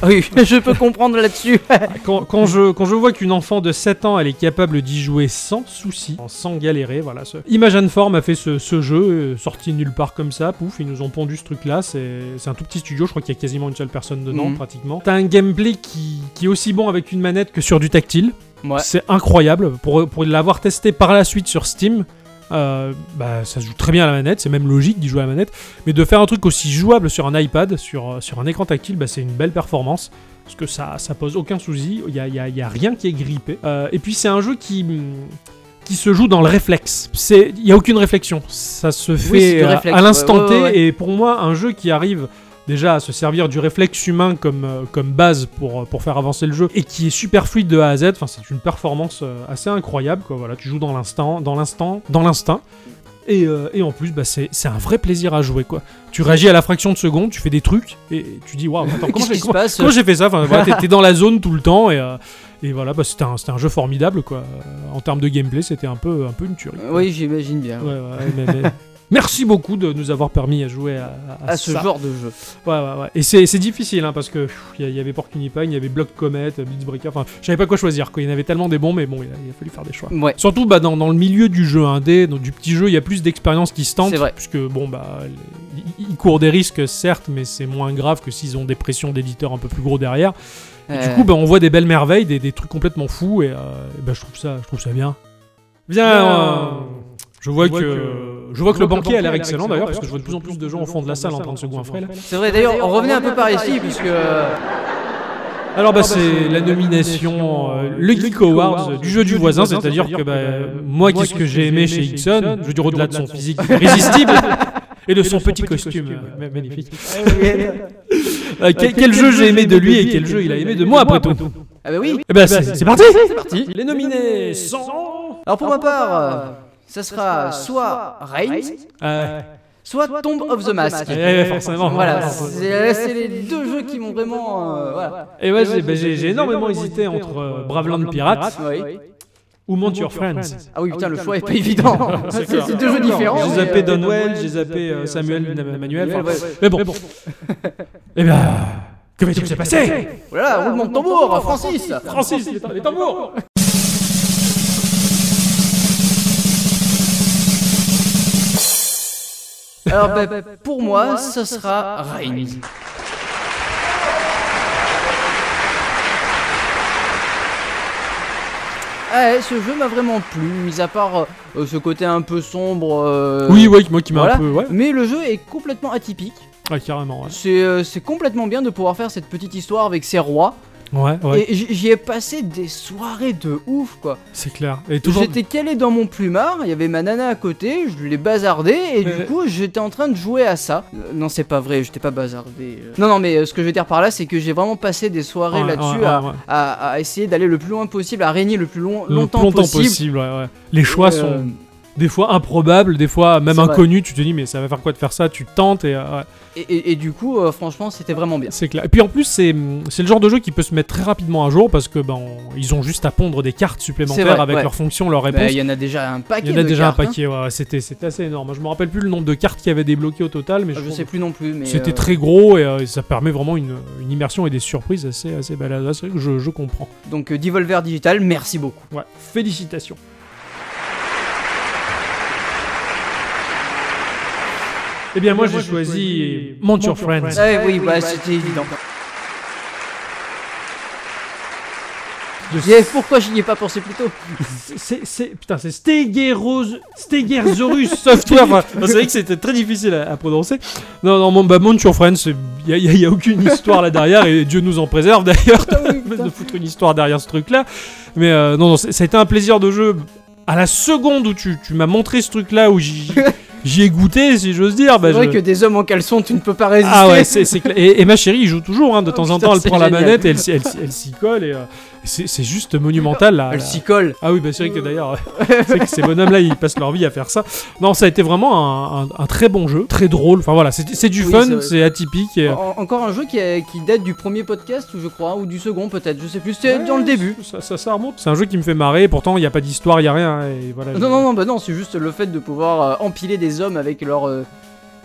Ah Oui, je peux comprendre là-dessus. Quand, quand je, quand je vois qu'une enfant de 7 ans, elle est capable d'y jouer sans souci, sans galérer, voilà. Ce... Image and Form a fait ce, ce jeu, euh, sorti nulle part comme ça, pouf, ils nous ont pondu ce truc-là, c'est c'est un tout petit studio, je crois qu'il y a quasiment une seule personne dedans, Mhm. pratiquement. T'as un gameplay qui, qui est aussi bon avec une manette que sur du tactile, Ouais. c'est incroyable. Pour, pour l'avoir testé par la suite sur Steam, euh, bah, ça se joue très bien à la manette, c'est même logique d'y jouer à euh, la manette, mais de faire un truc aussi jouable sur un iPad, sur, sur un écran tactile, bah, c'est une belle performance. parce que ça, ça pose aucun souci, il n'y a, y a- y a rien qui est grippé. Euh, et puis c'est un jeu qui, hum, qui se joue dans le réflexe. C'est- Il n'y a aucune réflexion, ça se c'est fait du euh, réflexe, à l'instant ouais, T, ouais, ouais. et pour moi, un jeu qui arrive déjà à se servir du réflexe humain comme, euh, comme base pour, euh, pour faire avancer le jeu, et qui est super fluide de A à Z, enfin, c'est une performance euh, assez incroyable, quoi. Voilà, tu joues dans l'instant, dans l'instant, dans l'instinct. Et, euh, et en plus, bah, c'est c'est un vrai plaisir à jouer, quoi. Tu réagis à la fraction de seconde, tu fais des trucs, et et tu dis, waouh, attends, comment Qu'est-ce j'ai qui se passe quand j'ai fait ça, enfin, voilà, t'es- t'es dans la zone tout le temps et, euh, et voilà, bah, c'était un, c'était un jeu formidable quoi. Euh, En termes de gameplay, c'était un peu, un peu une tuerie. Oui, j'imagine bien. Ouais, ouais, mais- mais- Merci beaucoup de nous avoir permis à jouer à, à À ce ça. genre de jeu. Ouais, ouais, ouais. Et c'est c'est difficile hein, parce que pff, il y, a- il y avait Porcupine, il y avait Block Comet, euh, Blitzbreaker. Enfin, je savais pas quoi choisir. Quoi. Il y en avait tellement des bons, mais bon, il a, il a fallu faire des choix. Ouais. Surtout bah, dans, dans le milieu du jeu indé, donc, du petit jeu, il y a plus d'expériences qui se tentent. C'est vrai. Puisque, bon, bah, les- ils ils courent des risques, certes, mais c'est moins grave que s'ils ont des pressions d'éditeurs un peu plus gros derrière. Et du Euh, coup, bah, on voit des belles merveilles, des, des trucs complètement fous, et, euh, et bah, je trouve ça, je trouve ça bien. Bien. euh, je vois que je vois que le banquier a l'air excellent d'ailleurs, parce que je vois de plus en plus de gens au fond de la salle en train de se goinfrer. là. c'est vrai, d'ailleurs, revenez un peu par ici, puisque. euh, Alors bah c'est la nomination, euh, le Geek Awards du jeu du voisin, c'est-à-dire que bah, moi qu'est-ce que j'ai aimé chez Ixon, je veux dire au-delà de son physique irrésistible et de son petit costume euh, magnifique. Euh, quel- Quel jeu j'ai aimé de lui et quel jeu il a aimé de moi après tout. Ah bah oui Eh ben c'est c'est parti C'est parti Il est nominé 100 Alors pour ma part, euh, ça sera soit Reigns, euh, soit Tomb of the Mask. eh, forcément. Voilà, c'est c'est les deux jeux qui m'ont vraiment. euh, voilà. Et ouais, j'ai bah, j'ai- j'ai énormément hésité entre euh, Braveland Pirate Oui. ou Mount Your Friends. Ah oui, putain, le choix est pas évident. C'est C'est clair. c'est deux jeux différents. J'ai mais, zappé euh, Donwell, j'ai zappé euh, Samuel Na- Manuel. enfin, ouais, Mais bon. Eh bien, que va-t-il se passer Voilà, roulement de tambour, Francis Francis, les tambours Alors, bah, pour moi, ça sera Reigns. Ah ouais, ce jeu m'a vraiment plu, mis à part euh, ce côté un peu sombre. euh, Oui, ouais, moi qui m'a voilà. un peu. Ouais, Mais le jeu est complètement atypique. Ouais, carrément. Ouais, C'est euh, c'est complètement bien de pouvoir faire cette petite histoire avec ses rois. ouais, ouais, Et j- j'y ai passé des soirées de ouf, quoi. c'est clair. Et toujours. J'étais calé dans mon plumard, il y avait ma nana à côté, je l'ai bazardé et Euh. du coup j'étais en train de jouer à ça. Euh, non, c'est pas vrai, j'étais pas bazardé. euh. Non, non, mais euh, ce que je veux dire par là, c'est que j'ai vraiment passé des soirées Ouais, là-dessus ouais, à, ouais. à- à essayer d'aller le plus loin possible, à régner le plus long- Le longtemps, plus longtemps possible. possible, ouais, ouais. Les choix Et, euh, sont des fois improbables, des fois même C'est vrai. inconnus. Tu te dis, mais ça va faire quoi de faire ça Tu tentes et. euh, ouais. Et, et- et du coup, euh, franchement, c'était vraiment bien. C'est clair. Et puis en plus, c'est hum, c'est le genre de jeu qui peut se mettre très rapidement à jour parce que ben on- ils ont juste à pondre des cartes supplémentaires C'est vrai, avec ouais. leurs fonctions, leurs Bah, Il réponses. y en a déjà un paquet. il y en a de déjà cartes, un hein. paquet. ouais, ouais, c'était c'était assez énorme. Je me rappelle plus le nombre de cartes qu'il y avait débloquées au total, mais Ah, je, Je trouve sais plus non plus, mais. que c'était euh, très gros et, euh, et ça permet vraiment une, une immersion et des surprises assez assez balades. Ah, C'est vrai que je, je comprends. Donc, euh, Devolver Digital, merci beaucoup. Ouais, félicitations. Eh bien, moi, j'ai choisi Mount Your Friends. Ah, oui, bah, c'était évident. de Yeah, pourquoi j'y ai pas pensé plus tôt C'est, c'est, putain, c'est Stegeros- Stegersaurus Software. Enfin, c'est vrai que c'était très difficile à, à prononcer. Non, non, mon, bah, Mount Your Friends, il n'y a, aucune histoire là derrière, et Dieu nous en préserve d'ailleurs Ah ben, de foutre une histoire derrière ce truc-là. Mais euh, non, non, c'est- ça a été un plaisir de jeu. À la seconde où tu, tu m'as montré ce truc-là, où j'y, j'y ai goûté, si j'ose dire, bah, C'est vrai je- que des hommes en caleçon, tu ne peux pas résister. ah ouais, c'est, c'est clair. Et, et ma chérie, il joue toujours, hein, de Oh, temps en putain, temps, elle c'est prend la génial. manette et elle, s'y- elle s'y- elle s'y colle, et euh, c'est, c'est juste monumental là. Elle là. s'y colle. Ah oui, bah c'est vrai que d'ailleurs, c'est que ces bonhommes-là, ils passent leur vie à faire ça. Non, ça a été vraiment un, un- un très bon jeu, très drôle. Enfin voilà, c'est c'est du Oui, c'est fun, vrai. c'est atypique. et- euh, En- encore un jeu qui, est- qui date du premier podcast, ou je crois, ou du second peut-être, je sais plus, c'était dans le début. Ça, ça, ça remonte. C'est un jeu qui me fait marrer. Pourtant, il n'y a pas d'histoire, il n'y a rien. hein, Et voilà, Non, non, non, bah non, c'est juste le fait de pouvoir euh, empiler des hommes avec leur, euh,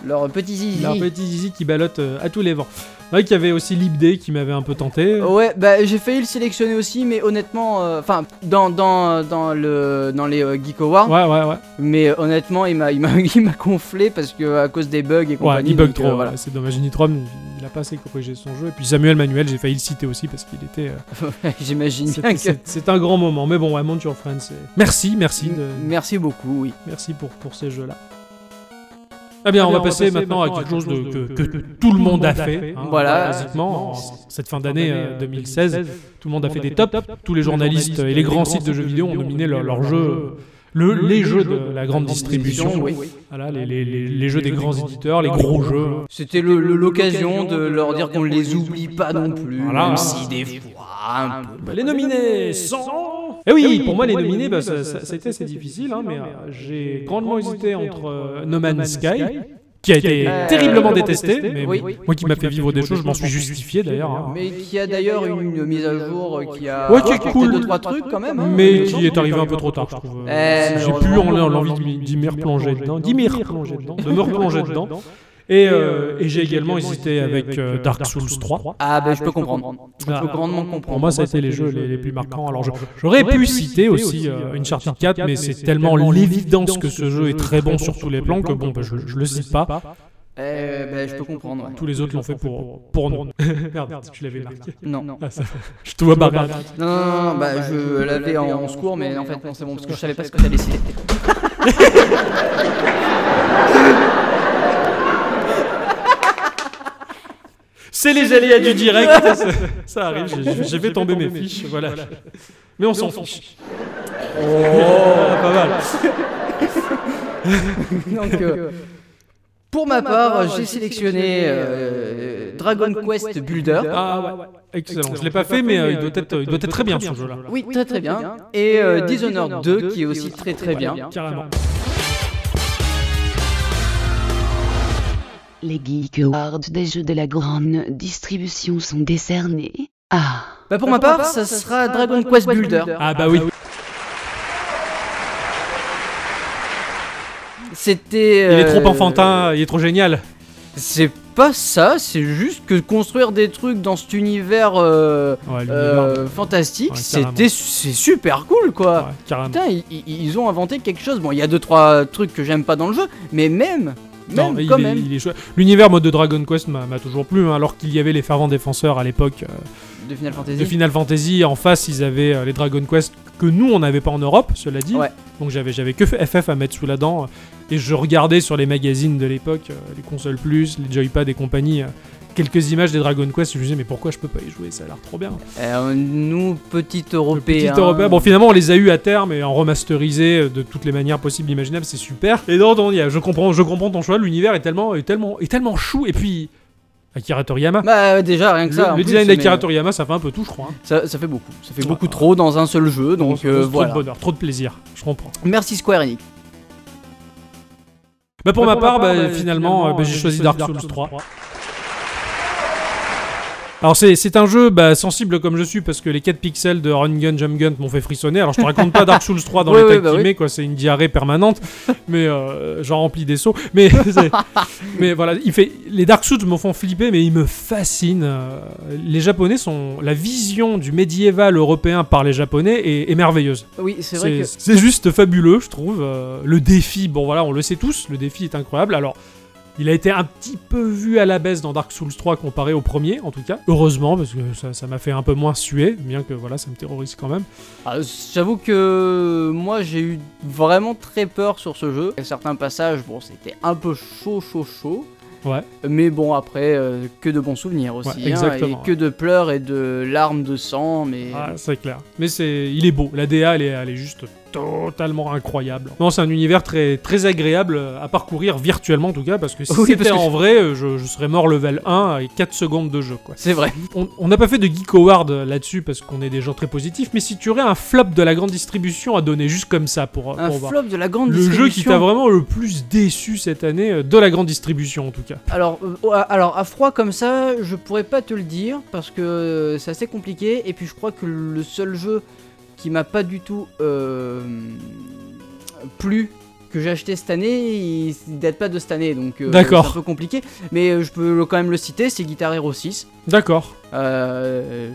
leur petit Il zizi. y a un petit zizi qui balotte euh, à tous les vents. C'est vrai qu'il y avait aussi Lib Day qui m'avait un peu tenté. Ouais, bah j'ai failli le sélectionner aussi, mais honnêtement, euh, enfin, dans, dans, dans, le, dans les euh, Geek Awards, Ouais, ouais, ouais. mais euh, honnêtement, il m'a il m'a- il m'a gonflé parce que à cause des bugs et Ouais, compagnie. il bug donc, trop. euh, ouais, voilà. C'est dommage, Nitrom, il a pas assez corrigé son jeu. Et puis Samuel Manuel, j'ai failli le citer aussi parce qu'il était. euh, J'imagine c'est- bien que. c'est c'est un grand moment. Mais bon, ouais, Mount Your euh, Friends. c'est- Merci, merci. De... Merci beaucoup, oui. Merci pour, pour ces jeux-là. Eh bien, on va passer maintenant à quelque chose de- que, que tout le monde a fait. hein, Voilà. Basiquement, en cette fin d'année euh, 2016, tout le monde a fait des tops. Tous les journalistes euh, et les grands sites de jeux vidéo ont nominé leur- leurs jeux, le- les jeux de la grande distribution. oui. Voilà, les, les- les- les jeux des grands éditeurs, les gros jeux. C'était le- le- l'occasion de leur dire qu'on ne les oublie pas non plus, Voilà. même si des fois un peu. Bah, les nominés sont... Eh oui, pour moi, les nominés, bah, ça, ça- ça a été assez difficile, hein, mais euh, j'ai grandement hésité entre euh, No Man's Sky, qui a été Euh, terriblement détesté, mais Oui. bon, moi qui m'a fait vivre des choses, je m'en suis justifié d'ailleurs, hein, Mais qui a d'ailleurs une mise à jour qui a Ouais, qui est apporté cool. deux trois trucs quand même. hein. mais qui est arrivé un peu trop tard, je trouve. Euh, J'ai plus en- en- l'envie de m'y- d'y m'y replonger dedans, d'y m'y replonger dedans, de me replonger dedans. Et, euh, et j'ai également hésité avec euh, Dark Souls 3. Ah ben je peux comprendre. Je Ah. peux grandement Pour comprendre. moi, ça a été les jeux les, les plus marquants. Alors, je- j'aurais pu citer aussi euh, Uncharted 4, mais c'est tellement l'évidence que ce jeu est très bon sur tous les plans que bon, bah, je, je le cite pas. Eh ben je peux comprendre. ouais. Tous les autres l'ont fait pour pour nous. Merde, tu l'avais marqué. Non. Non, Je te vois barré. non, non, bah je l'avais en, en secours, mais en fait non c'est bon parce que je savais pas ce que t'allais citer. C'est les aléas du direct. ça, ça- ça arrive. J'ai- J'ai fait tomber mes fiches. Voilà. Mais on s'en fiche. Ah, pas mal. Donc, euh, pour ma part, j'ai sélectionné euh, Dragon Quest Builder. Ah ouais. Excellent. Je l'ai pas fait, mais euh, il doit être il doit être très bien ce jeu-là. Oui, très très bien. Et euh, Dishonored 2 qui est aussi très très bien. Carrément. Les Geek Awards des jeux de la grande distribution sont décernés Ah. à Bah pour ma part, ça sera Dragon Quest Builder. Ah bah oui. C'était. Il est euh, trop enfantin. Il est trop génial. C'est pas ça, c'est juste que construire des trucs dans cet univers euh, Ouais, l'univers, euh, fantastique, Ouais, carrément. c'était c'est super cool quoi. ouais, carrément. Putain, ils, ils- ils ont inventé quelque chose. Bon, il y a deux trois trucs que j'aime pas dans le jeu, mais même, Non, même mais il quand est- même. il est chouette. L'univers mode de Dragon Quest m'a m'a toujours plu, hein, alors qu'il y avait les fervents défenseurs à l'époque euh, De Final Fantasy. de Final Fantasy. En face, ils avaient euh, les Dragon Quest que nous, on n'avait pas en Europe, cela dit. Ouais. Donc j'avais j'avais que FF à mettre sous la dent. euh, Et je regardais sur les magazines de l'époque, euh, les consoles plus, les joypads et compagnie, euh, quelques images des Dragon Quest. Je me disais, mais pourquoi je peux pas y jouer Ça a l'air trop bien. Euh, nous, petits Le petit européens. européen. Bon, finalement, on les a eu à terme et en remasterisé euh, de toutes les manières possibles et imaginables, c'est super. Et non, non, il y a- je comprends, je comprends ton choix. L'univers est tellement, est tellement, est tellement chou. Et puis, Akira Toriyama. Bah, déjà, rien que le ça. en le plus, design mais d'Akira Toriyama, ça fait un peu tout, je crois. hein. Ça, ça fait beaucoup. Ça fait Ouais. beaucoup trop dans un seul Trop- jeu, donc trop- euh, trop voilà. de bonheur, trop de plaisir. Je comprends. Merci Square Enix. Bah, pour Bah, ma part, bah, euh, finalement, euh, bah, j'ai choisi Dark Souls 3. 3. Alors c'est, c'est un jeu bah, sensible comme je suis parce que les 4 pixels de Run Gun Jump Gun m'ont fait frissonner. Alors je te raconte pas Dark Souls 3 dans Ouais, l'état ouais, bah qu'il oui. met, quoi, c'est une diarrhée permanente. Mais euh, j'en remplis des seaux. Mais, c'est- mais voilà, il fait les Dark Souls me font flipper, mais ils me fascinent. Euh, Les Japonais sont la vision du médiéval européen par les Japonais est, est merveilleuse. Oui, c'est vrai que. c'est juste fabuleux, je trouve. Euh, le défi, bon voilà, on le sait tous, le défi est incroyable. Alors, il a été un petit peu vu à la baisse dans Dark Souls 3 comparé au premier, en tout cas. Heureusement, parce que ça ça m'a fait un peu moins suer, bien que voilà, ça me terrorise quand même. Ah, J'avoue que moi j'ai eu vraiment très peur sur ce jeu. Certains passages, bon, c'était un peu chaud, chaud, chaud. Ouais. Mais bon, après, euh, que de bons souvenirs aussi. Ouais, hein, exactement, et que de pleurs et de larmes de sang. Mais Ah, c'est clair. Mais c'est, il est beau. La DA, elle est, elle est juste totalement incroyable. Non, c'est un univers très, très agréable à parcourir virtuellement en tout cas, parce que si Oui, parce c'était que- en vrai, euh, je, je serais mort level 1 et 4 secondes de jeu, quoi. c'est vrai. On on n'a pas fait de Geek Award euh, là-dessus parce qu'on est des gens très positifs, mais si tu aurais un flop de la grande distribution à donner juste comme ça pour, euh, Un pour voir. flop de la grande Le distribution. jeu qui t'a vraiment le plus déçu cette année, euh, de la grande distribution en tout cas. Alors, euh, ouais, alors, à froid comme ça, je pourrais pas te le dire parce que euh, c'est assez compliqué. Et puis, je crois que le seul jeu qui m'a pas du tout euh, plu que j'ai acheté cette année, il, il date pas de cette année, donc euh, D'accord. c'est un peu compliqué. Mais euh, je peux le- quand même le citer, c'est Guitar Hero 6. D'accord. Euh,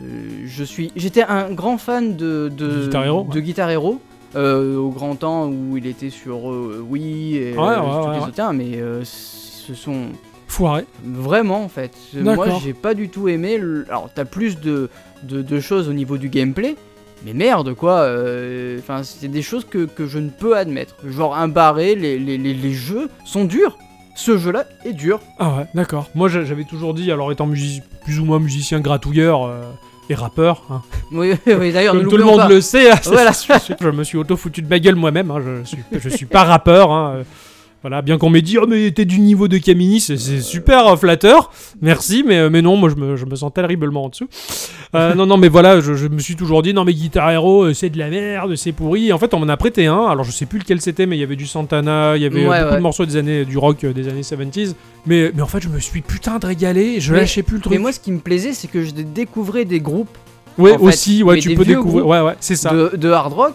je suis, j'étais un grand fan de de Guitar Hero, de Guitar Hero, euh, au grand temps où il était sur euh, Wii et Ouais, ouais, euh, tous ouais, les ouais. autres, hein, mais euh, ce sont Foiré. Vraiment en fait. Moi D'accord. j'ai pas du tout aimé. le- Alors t'as plus de, de, de choses au niveau du gameplay. Mais merde quoi. euh, Enfin c'est des choses que, que je ne peux admettre. Genre un barré, les, les, les, les jeux sont durs. ce jeu-là est dur. Ah ouais, d'accord. Moi j'a- j'avais toujours dit, alors étant musi- plus ou moins musicien gratouilleur euh, et rappeur, hein, Oui, oui d'ailleurs, ne comme tout le l'oublions monde pas. le sait, hein, c'est- Voilà. je, je me suis auto-foutu de ma gueule moi-même, hein, je, suis, je suis pas rappeur. hein, euh, voilà, bien qu'on m'ait dit, oh mais t'es du niveau de Camini, c'est c'est super euh, flatteur, merci, mais, euh, mais non, moi je me, je me sens terriblement en dessous. Euh, non, non, mais voilà, je, je me suis toujours dit, non mais Guitar Hero, euh, c'est de la merde, c'est pourri. Et en fait, on m'en a prêté un, alors je sais plus lequel c'était, mais il y avait du Santana, il y avait euh, Ouais, beaucoup ouais. de morceaux des années, du rock euh, des années 70s, mais, mais en fait, je me suis putain de régalé, je Mais- lâchais plus le truc. Mais moi, ce qui me plaisait, c'est que je découvrais des groupes ouais, en fait, aussi, ouais, mais tu des peux vieux découvrir, groupes ouais, ouais, c'est ça. de, de hard rock.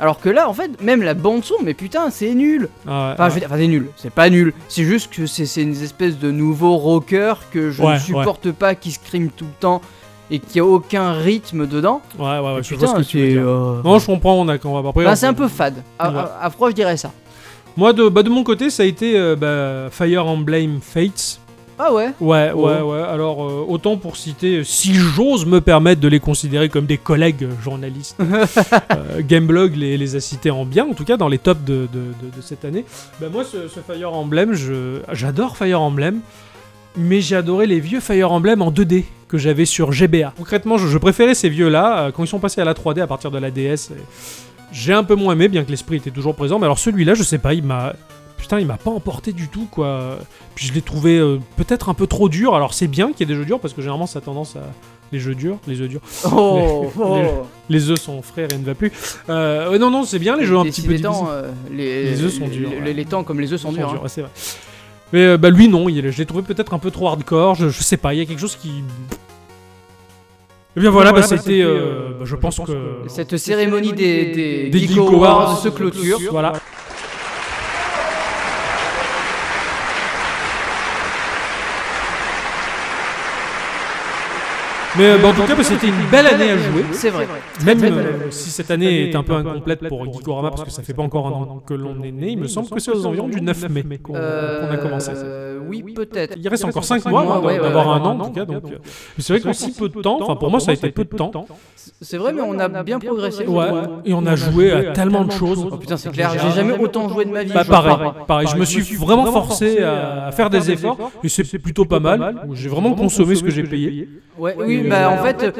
Alors que là, en fait, même la bande-son, mais putain, c'est nul. Ah ouais, Enfin, ouais. je veux dire, enfin, c'est nul. C'est pas nul. C'est juste que c'est c'est une espèce de nouveau rocker que je Ouais, ne supporte pas, qui scream tout le temps et qui a aucun rythme dedans. Ouais, ouais, ouais, Et je vois ce que tu veux c'est, dire. euh, Non, je comprends, on a quand on va après. enfin, on- c'est un peu fade. À, Ouais. à- à froid, je dirais ça. Moi, de, bah, de mon côté, ça a été euh, bah, Fire Emblem Fates. Ah ouais Ouais, Oh. ouais, ouais. Alors, euh, autant pour citer, si j'ose me permettre de les considérer comme des collègues euh, journalistes, euh, Gameblog les, les a cités en bien, en tout cas dans les tops de, de- de- de cette année. Bah, moi, ce, ce Fire Emblem, je- j'adore Fire Emblem. Mais j'ai adoré les vieux Fire Emblem en 2D que j'avais sur GBA. Concrètement, je, je préférais ces vieux-là. euh, quand ils sont passés à la 3D à partir de la DS, euh, j'ai un peu moins aimé, bien que l'esprit était toujours présent. Mais alors celui-là, je sais pas, il m'a... Putain, il m'a pas emporté du tout, quoi. Puis je l'ai trouvé euh, peut-être un peu trop dur. Alors c'est bien qu'il y ait des jeux durs, parce que généralement, ça a tendance à... Les jeux durs, les œufs durs. Oh, Les- Les œufs sont frais, rien ne va plus. Euh, ouais, non, non, c'est bien les jeux un petit peu les temps, difficiles. euh, les, Les œufs sont durs, Les, ouais. les temps comme les œufs sont, durs. hein. ouais, c'est vrai. Mais euh, bah, lui, non, il est- je l'ai trouvé peut-être un peu trop hardcore. Je, je sais pas, il y a quelque chose qui. Eh bien voilà, Voilà, bah, bah, c'était. c'était, euh, euh, bah, je pense que. hein. que- Cette cérémonie des, des, Des Geek Geek Awards Awards se clôture. Voilà. Mais euh, bah, en tout cas, bah, c'était une belle année à jouer. C'est vrai. Même Même, euh, euh, si cette année est un peu incomplète pour Geekorama, parce que ça fait pas encore un an que l'on est né, il me semble que c'est aux environs du 9 mai qu'on qu'on a commencé. Euh, oui, peut-être. Il reste encore 5 cinq mois mois, avant ouais, ouais, d'avoir ouais, un an, en tout cas. Donc, euh, c'est vrai qu'en si peu de temps, enfin pour moi, ça a été peu de temps. C'est vrai, mais on a bien progressé. je Ouais, trouve. et on a joué à tellement de choses. Oh, Putain, c'est clair, j'ai jamais autant joué de ma vie. Bah, je pareil, crois. pareil, Je me suis vraiment forcé à à faire des efforts, et c'est plutôt pas mal. J'ai vraiment consommé ce que j'ai payé. Ouais, Ouais, oui, mais bah euh, en fait, euh,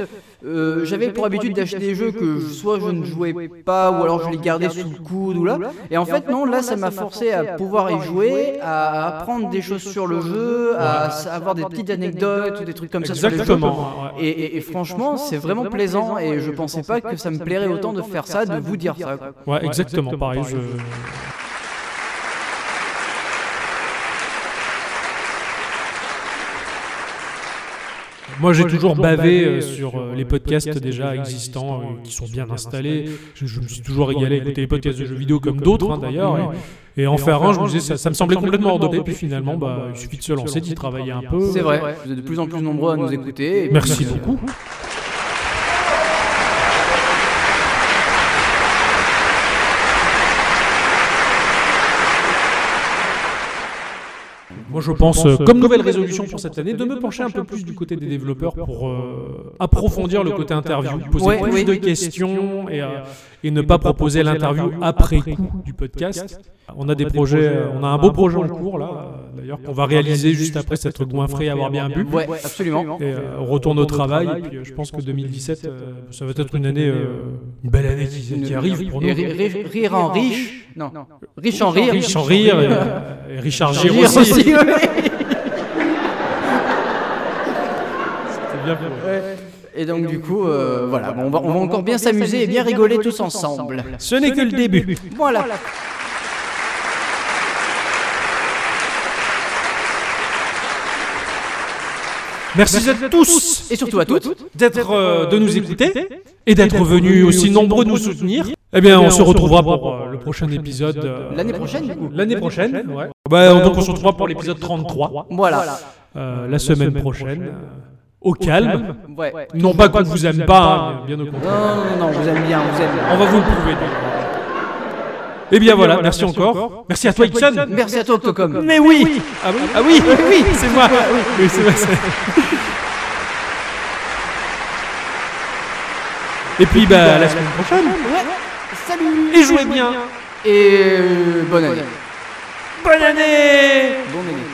euh, j'avais pour habitude d'acheter des jeux que je- soit je ne jouais pas, ou alors je les gardais sous le coude, ou là. Et en fait, non, là, ça m'a forcé à pouvoir y jouer, à apprendre des choses sur le jeu, à s- avoir des petites anecdotes, ou des trucs comme ça sur les jeux. Exactement. ouais. Et, et- et franchement, c'est vraiment plaisant, et je pensais pas que ça me plairait autant de faire ça, de vous dire ça. quoi. Ouais, exactement, pareil. je- Moi, j'ai toujours bavé euh, sur euh, les podcasts déjà existants euh, qui sont bien installés. Je, je me suis toujours régalé à écouter les podcasts de jeux vidéo comme d'autres hein, d'ailleurs. Et, et en faire un, je me disais, ça, ça me semblait complètement hors d'ordre. Puis finalement, bah, il suffit de se lancer, d'y travailler un peu. C'est vrai, vous êtes de plus en plus nombreux à nous écouter. et- Merci beaucoup. Moi, je pense, euh, comme nouvelle résolution pour cette année, de me pencher un peu plus du côté des développeurs pour euh, approfondir le côté interview, poser Ouais, plus oui. de questions et, euh, et ne pas proposer l'interview après coup du podcast. On a des projets, euh, on a un beau projet en cours là, euh, d'ailleurs qu'on va réaliser juste après s'être goinfré, avoir bien bu. Ouais, absolument. Et euh, on retourne au travail, et puis euh, je pense que 2017, euh, ça va être une année, euh, une belle année qui, qui arrive pour nous. Et ri- ri- rire en riche. Non, riche en rire. Riche en rire, et, euh, et Richard Gere Rire aussi. aussi, ouais. C'est bien pour eux. Et donc, du coup, euh, voilà, bon, on va, on va encore bien s'amuser et bien rigoler tous ensemble. Ce n'est que le début. Voilà. Merci à tous Et surtout à toutes. d'être, euh, de nous écouter et d'être venus aussi nombreux nous soutenir. Eh bien, on se retrouvera pour euh, le prochain épisode euh, L'année prochaine, du coup. L'année prochaine, ouais. Bah, donc on se retrouvera pour l'épisode 33 Voilà. euh, la semaine prochaine. euh, Au calme. Ouais. Non pas qu'on vous aime pas, hein, bien au contraire. Non, non, non, non, vous aime bien, vous aime bien. On va vous le prouver. Eh bien voilà, merci encore. Merci à toi Ixon. Merci à toi, Octocom. Mais oui Ah oui, ah oui, oui, c'est moi Oui, c'est moi, c'est- Et puis bah à la semaine prochaine Salut et jouez bien Et euh, bonne année. Bonne année Bonne année.